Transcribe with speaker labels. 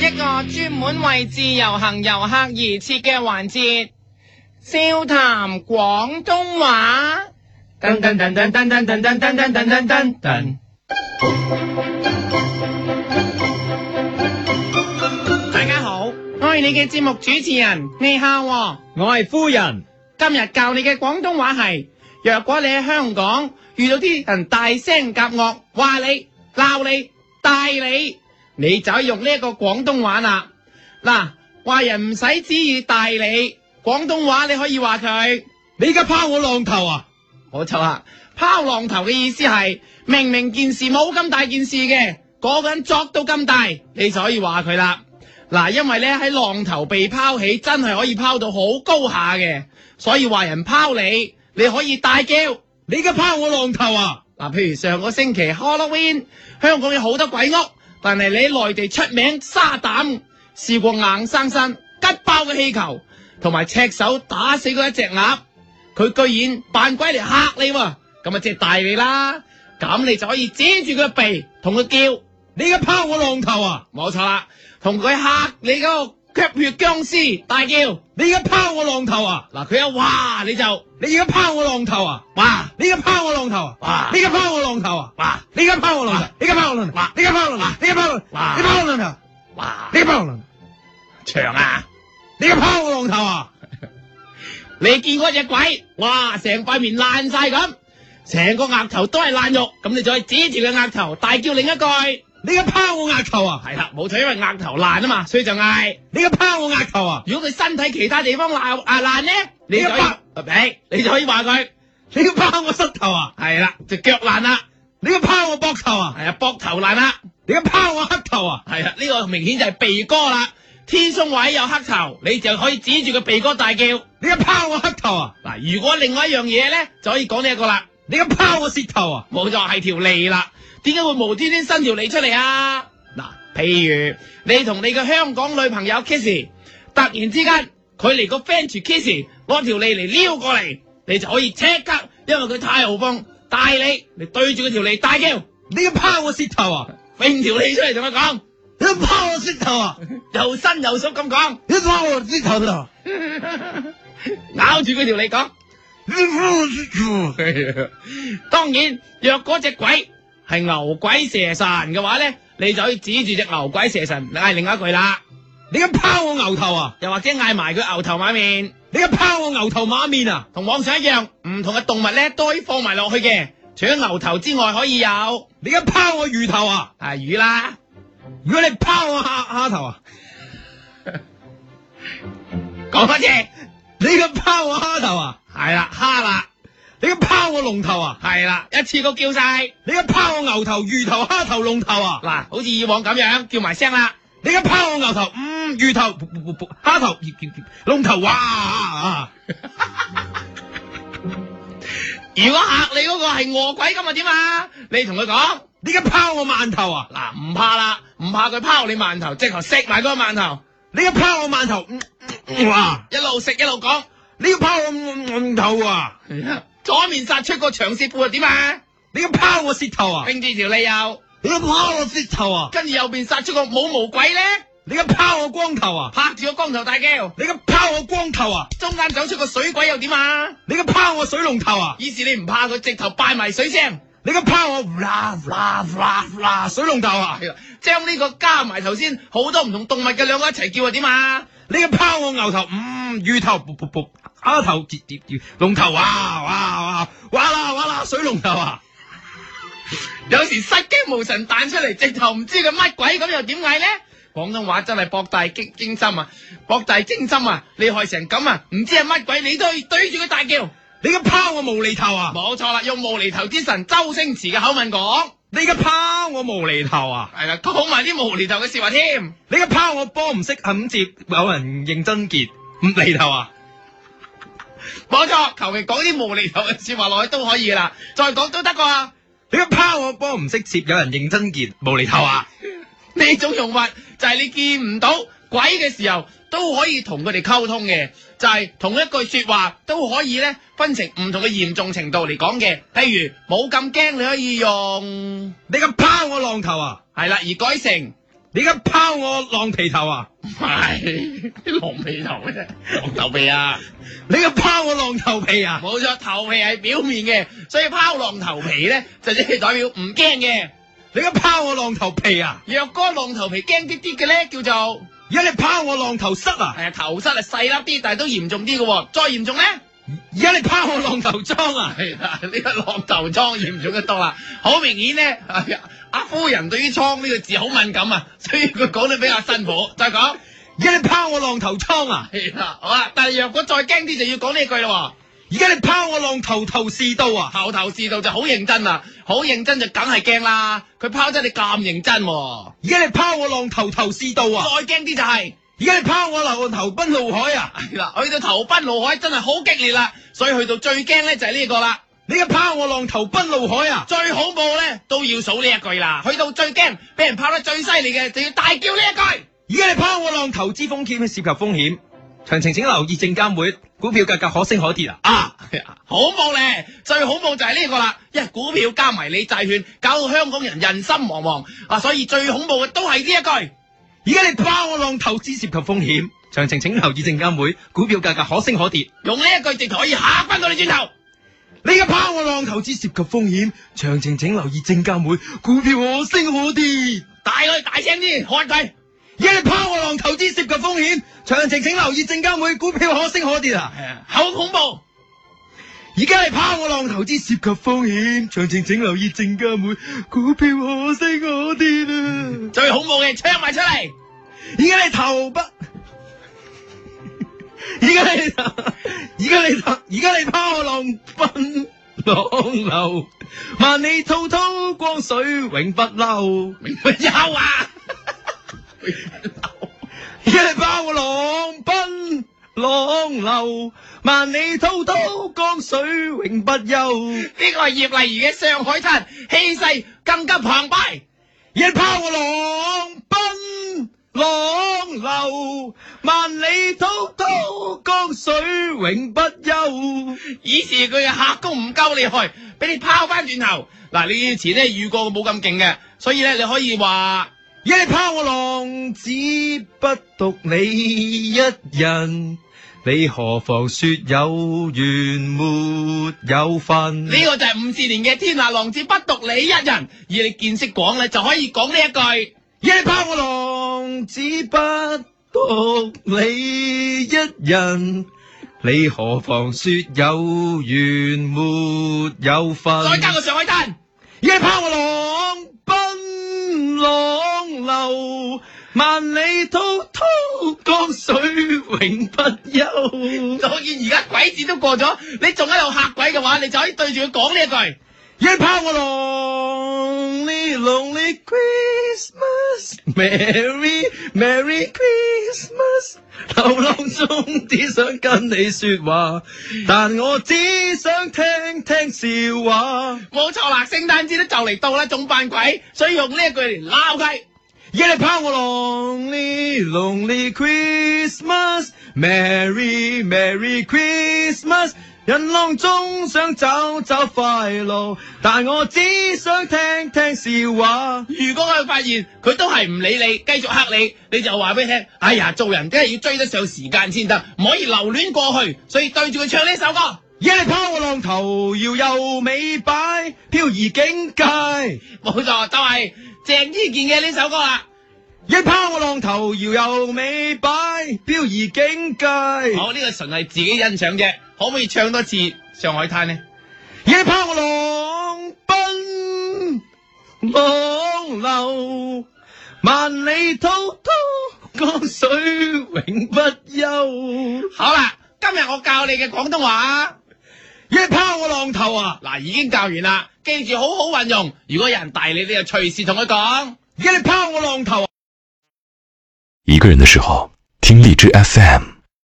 Speaker 1: 一個專門為自由行遊客而設嘅環節，笑談廣東話。
Speaker 2: 噔噔噔噔噔噔噔噔噔噔噔噔噔。
Speaker 1: 大家好，我係你嘅節目主持人，你好、喎。
Speaker 2: 我係夫人，
Speaker 1: 今日教你嘅廣東話係：若果你喺香港遇到啲人大聲夾惡，話你、鬧你、帶你，你就用呢一個廣東話啦。嗱，話人唔使旨意帶你，廣東話你可以話佢。
Speaker 2: 你而家拋我浪頭啊！
Speaker 1: 冇錯啦，拋浪頭嘅意思係明明件事冇咁大件事嘅，嗰、個人作到咁大，你就可以話佢啦。嗱，因為咧喺浪頭被拋起，真係可以拋到好高下嘅，所以話人拋你，你可以大叫。
Speaker 2: 你而家拋我浪頭啊！
Speaker 1: 嗱，譬如上個星期 Halloween，香港有好多鬼屋，但係你喺內地出名沙膽，試過硬生生吉爆嘅氣球，同埋赤手打死嗰一隻鴨，佢居然扮鬼嚟嚇你喎，咁啊即係大你啦，咁你就可以指住佢鼻同佢叫，
Speaker 2: 你而家拋我浪頭啊！
Speaker 1: 冇錯啦，同佢嚇你嗰個吸血僵屍大叫，
Speaker 2: 你而家拋我浪頭啊！
Speaker 1: 嗱佢一哇你就
Speaker 2: 你而家拋我浪頭啊！
Speaker 1: 哇
Speaker 2: 你而家拋我浪頭啊！
Speaker 1: 哇
Speaker 2: 你而家拋我浪頭啊！
Speaker 1: 哇
Speaker 2: 你而家拋我浪頭！你而家拋我浪頭
Speaker 1: 哇！
Speaker 2: 你而家拋我浪頭！你而家拋我浪頭！
Speaker 1: 哇
Speaker 2: 你拋我浪頭！
Speaker 1: 哇
Speaker 2: 你而家拋我浪頭！
Speaker 1: 長啊！
Speaker 2: 你而家拋我浪頭啊！
Speaker 1: 你見嗰只鬼，哇！成塊面爛晒咁，成個額頭都係爛肉，咁你就可以指住佢額頭大叫另一句，係
Speaker 2: 你而家拋我額頭啊！
Speaker 1: 啦，冇錯，因為額頭爛啊嘛，所以就嗌。
Speaker 2: 你而家拋我額頭啊！
Speaker 1: 如果佢身體其他地方爛啊爛咧，你就可以
Speaker 2: 你一拍，
Speaker 1: 誒你就可以話佢
Speaker 2: 你而家拋我膝頭啊！
Speaker 1: 係啦，隻腳爛啦，
Speaker 2: 你而家拋我膊頭啊！
Speaker 1: 係啊，膊頭爛啦，
Speaker 2: 你而家拋我黑頭啊！
Speaker 1: 係啊，呢、個明顯就係鼻哥啦。天生位有黑頭，你就可以指住佢鼻哥大叫。
Speaker 2: 你而家拋我黑頭啊！
Speaker 1: 嗱，如果另外一樣嘢咧，就可以講呢一個啦。
Speaker 2: 你而家拋我舌頭啊！
Speaker 1: 冇錯，係條脷啦。點解會無端端伸條脷出嚟啊？嗱，譬如你同你嘅香港女朋友 kiss，突然之間佢嚟個 French kiss，攞條脷嚟撩過嚟，你就可以即刻，因為佢太豪放，大你，你對住佢條脷大叫，
Speaker 2: 你而家拋我舌頭啊！
Speaker 1: 揈條脷出嚟同佢講，
Speaker 2: 你而家拋我舌頭啊！
Speaker 1: 又伸又縮咁講，
Speaker 2: 你而家拋我舌頭啊！
Speaker 1: 咬住佢條脷講。
Speaker 2: 你而家拋我舌頭啊！
Speaker 1: 當然，若嗰只鬼係牛鬼蛇神嘅話咧，你就可以指住隻牛鬼蛇神嗌另外一句啦。
Speaker 2: 你而家拋我牛頭啊！
Speaker 1: 又或者嗌埋佢牛頭馬面，
Speaker 2: 你而家拋我牛頭馬面啊！
Speaker 1: 同往常一樣，唔同嘅動物咧都可以放埋落去嘅。除咗牛頭之外，可以有
Speaker 2: 你而家拋我魚頭啊！
Speaker 1: 啊魚啦，
Speaker 2: 如果你拋我蝦蝦頭啊！
Speaker 1: 講多次，係
Speaker 2: 你而家拋我蝦頭啊！
Speaker 1: 啦蝦啦，
Speaker 2: 你而家拋我龍頭啊！
Speaker 1: 係啦，一次過叫晒
Speaker 2: 你而家拋我牛頭、魚頭、蝦頭、龍頭啊！
Speaker 1: 嗱，好似以往咁樣叫埋聲啦。
Speaker 2: 你而家拋我牛頭、嗯魚頭、噗噗噗噗蝦頭、龍頭哇啊！
Speaker 1: 如果嚇你嗰個係餓鬼咁啊點啊？你同佢講
Speaker 2: 你而家拋我饅頭啊！
Speaker 1: 嗱，唔怕啦，唔怕佢拋你饅頭，直頭食埋嗰個饅頭，
Speaker 2: 你而家拋我饅頭，嗯嗯哇！
Speaker 1: 一路食一路講，
Speaker 2: 你而家拋我饅頭啊！
Speaker 1: 左面殺出個長舌婦啊點啊？
Speaker 2: 你而家拋我舌頭啊！
Speaker 1: 拎住條脷又，
Speaker 2: 你而家拋我舌頭啊！
Speaker 1: 跟住右邊殺出個冇毛鬼咧。
Speaker 2: 你而家拋我光頭啊！
Speaker 1: 拍住個光頭大叫，
Speaker 2: 你而家拋我光頭啊！
Speaker 1: 中間走出個水鬼又點啊？
Speaker 2: 你而家拋我水龍頭啊！
Speaker 1: 於是你唔怕佢直頭拜埋水聲，
Speaker 2: 你而家拋我呼啦呼啦呼啦呼啦水龍頭啊！
Speaker 1: 係啦，將呢個加埋頭先好多唔同動物嘅兩個一齊叫啊點啊？
Speaker 2: 你而家拋我牛頭，嗯魚頭，噗噗噗蝦頭，碟碟碟龍頭，哇哇哇哇啦哇啦水龍頭啊！
Speaker 1: 有時失驚無神彈出嚟，直頭唔知佢乜鬼咁又點嗌呢？廣東話真係博大精精深啊！博大精深啊！你害成咁啊！唔知係乜鬼，你都要對住佢大叫。
Speaker 2: 你而家拋我無厘頭啊！
Speaker 1: 冇錯啦，用無厘頭之神周星馳嘅口吻講，
Speaker 2: 你而家拋我無厘頭啊！
Speaker 1: 係啦，講埋啲無厘頭嘅説話添。
Speaker 2: 你而家拋我波唔識肯接，有人認真結唔厘頭啊！
Speaker 1: 冇錯，求其講啲無厘頭嘅説話落去都可以㗎啦，再講都得㗎。
Speaker 2: 你而家拋我波唔識接，有人認真結無厘頭啊！
Speaker 1: 呢種用法就係你見唔到鬼嘅時候，都可以同佢哋溝通嘅，就係、同一句説話都可以咧分成唔同嘅嚴重程度嚟講嘅。譬如冇咁驚，你可以用
Speaker 2: 你而家拋我浪頭啊！
Speaker 1: 係啦，而改成
Speaker 2: 你而家拋我浪皮頭啊！
Speaker 1: 唔係啲狼皮頭嘅啫，狼頭皮啊，
Speaker 2: 你而家拋我浪頭皮啊！
Speaker 1: 冇錯，頭皮係表面嘅，所以拋浪頭皮咧就即係代表唔驚嘅。
Speaker 2: 你而家拋我浪頭皮啊！
Speaker 1: 若干浪頭皮驚啲啲嘅咧，叫做
Speaker 2: 而家你拋我浪頭塞啊！
Speaker 1: 係啊頭虱係細粒啲，但係都嚴重啲嘅喎。再嚴重咧，
Speaker 2: 而家你拋我浪頭裝啊！
Speaker 1: 係啦，呢個浪頭瘡嚴重得多啊啦。好明顯咧，係啊阿夫人對於瘡呢個字好敏感啊，所以佢講得比較辛苦。再講
Speaker 2: 而家你拋我浪頭倉啊！
Speaker 1: 係啦，好啦，但係若果再驚啲，就要講呢句啦喎。
Speaker 2: 而家你拋我浪頭頭是道啊！
Speaker 1: 頭頭是道就好認真啦，好認真就梗係驚啦。佢拋得你咁認真、喎，
Speaker 2: 而家你拋我浪頭頭是道啊！
Speaker 1: 再驚啲就係、
Speaker 2: 而家你拋我浪頭奔怒海啊！
Speaker 1: 係啦，去到頭奔腦海真係好激烈啦，所以去到最驚咧就係呢個啦。
Speaker 2: 你而家拋我浪頭奔怒海啊！
Speaker 1: 最恐怖咧都要數呢一句啦，去到最驚俾人拋得最犀利嘅就要大叫呢一句。
Speaker 2: 而家你拋我浪投資風險涉及風險，詳情請留意證監會，股票價格可升可跌啊！
Speaker 1: 啊， 好恐怖咧！最恐怖就係呢個啦，因為股票加埋你債券，搞到香港人人心惶惶啊！所以最恐怖嘅都係呢一句。
Speaker 2: 而家你拋我浪投資涉及風險，詳情請留意證監會，股票價格可升可跌。
Speaker 1: 用呢一句直頭可以嚇翻到你轉頭。
Speaker 2: 你而家拋我浪投資涉及風險，詳情請留意證監會，股票可升可跌。
Speaker 1: 大佢大聲啲，喝佢。
Speaker 2: 而家你拋我浪投資涉及風險，詳情請留意證監會，股票可升可跌啊！
Speaker 1: 好恐怖！
Speaker 2: 而家你拋我浪投資涉及風險，詳情請留意證監會，股票可升可跌啊！
Speaker 1: 最恐怖嘅唱埋出嚟，
Speaker 2: 而家你投不？而家你投，而家你投，而家你拋浪奔浪流，萬里滔滔江水永不流。
Speaker 1: 明唔明有啊？
Speaker 2: 而家你拋浪奔浪流，萬里滔滔江水永不休。
Speaker 1: 呢個係葉麗儀嘅《上海灘》，氣勢更加澎湃。
Speaker 2: 一拋我浪奔浪流，萬里滔滔江水永不休。
Speaker 1: 以示佢嘅客工唔夠厲害，俾你拋翻轉頭。嗱，你以前咧遇過冇咁勁嘅，所以咧你可以話
Speaker 2: 一拋我浪子不獨你一人，你何妨說有緣沒有份？
Speaker 1: 呢個就係五四年嘅《天下浪子不獨你一人》，而你見識廣咧就可以講呢一句。
Speaker 2: 一拋我浪子不獨你一人，你何妨說有緣沒有份？
Speaker 1: 再加個上海灘，
Speaker 2: 一拋我浪奔浪流，萬里滔滔江水永不休。
Speaker 1: 所以而家鬼節都過咗，你仲喺度嚇鬼嘅話，你就可以對住佢講呢一句。
Speaker 2: 一拋我 lonely lonely Christmas Merry Merry Christmas，流浪中只想跟你說話，但我只想聽聽笑話。
Speaker 1: 冇錯啦，聖誕節都就嚟到啦，仲扮鬼，所以用呢一句嚟鬧佢。
Speaker 2: 一你拋我 lonely lonely Christmas Merry Merry Christmas，人浪中想找找快樂，但我只想聽聽笑話。
Speaker 1: 如果佢發現佢都係唔理你，繼續黑你，你就話俾佢聽：哎呀，做人梗係要追得上時間先得，唔可以留戀過去。所以對住佢唱呢首歌，
Speaker 2: 一你拋我浪頭搖又尾擺，漂移境界。
Speaker 1: 冇錯，就係、鄭伊健嘅呢首歌啊啦。
Speaker 2: 一拋我浪頭搖又尾擺，漂移境界。
Speaker 1: 我呢、個純係自己欣賞啫，可唔可以唱多次《上海灘》呢？
Speaker 2: 一拋我浪奔浪流，萬里滔滔江水永不休。
Speaker 1: 好啦，今日我教你嘅廣東話，
Speaker 2: 一拋我浪頭啊，
Speaker 1: 嗱已經教完啦，記住好好運用。如果有人大你，你就隨時同佢講。
Speaker 2: 一你拋我浪頭啊。
Speaker 3: 一个人的时候，听荔枝 FM。